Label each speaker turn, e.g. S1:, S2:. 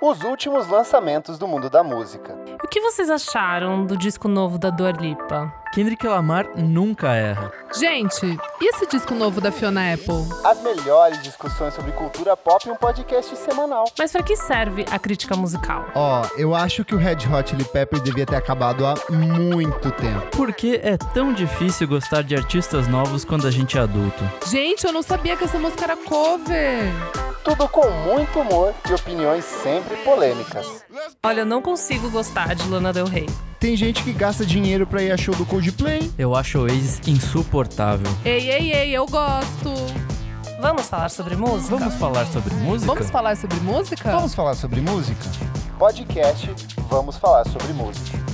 S1: os últimos lançamentos do mundo da música.
S2: O que vocês acharam do disco novo da Dua Lipa?
S3: Kendrick Lamar nunca erra.
S4: Gente, e esse disco novo da Fiona Apple?
S1: As melhores discussões sobre cultura pop em um podcast semanal.
S2: Mas para que serve a crítica musical?
S5: Ó, eu acho que o Red Hot Chili Peppers devia ter acabado há muito tempo.
S3: Por que é tão difícil gostar de artistas novos quando a gente é adulto?
S4: Gente, eu não sabia que essa música era cover.
S1: Tudo com muito humor e opiniões sempre polêmicas.
S2: Olha, eu não consigo gostar de Lana Del Rey.
S5: Tem gente que gasta dinheiro pra ir a show do Coldplay.
S3: Eu acho o Oasis insuportável.
S4: Ei, ei, ei, eu gosto.
S2: Vamos falar sobre música?
S3: Vamos falar sobre música?
S4: Vamos falar sobre música?
S5: Vamos falar sobre música?
S1: Podcast Vamos Falar sobre Música.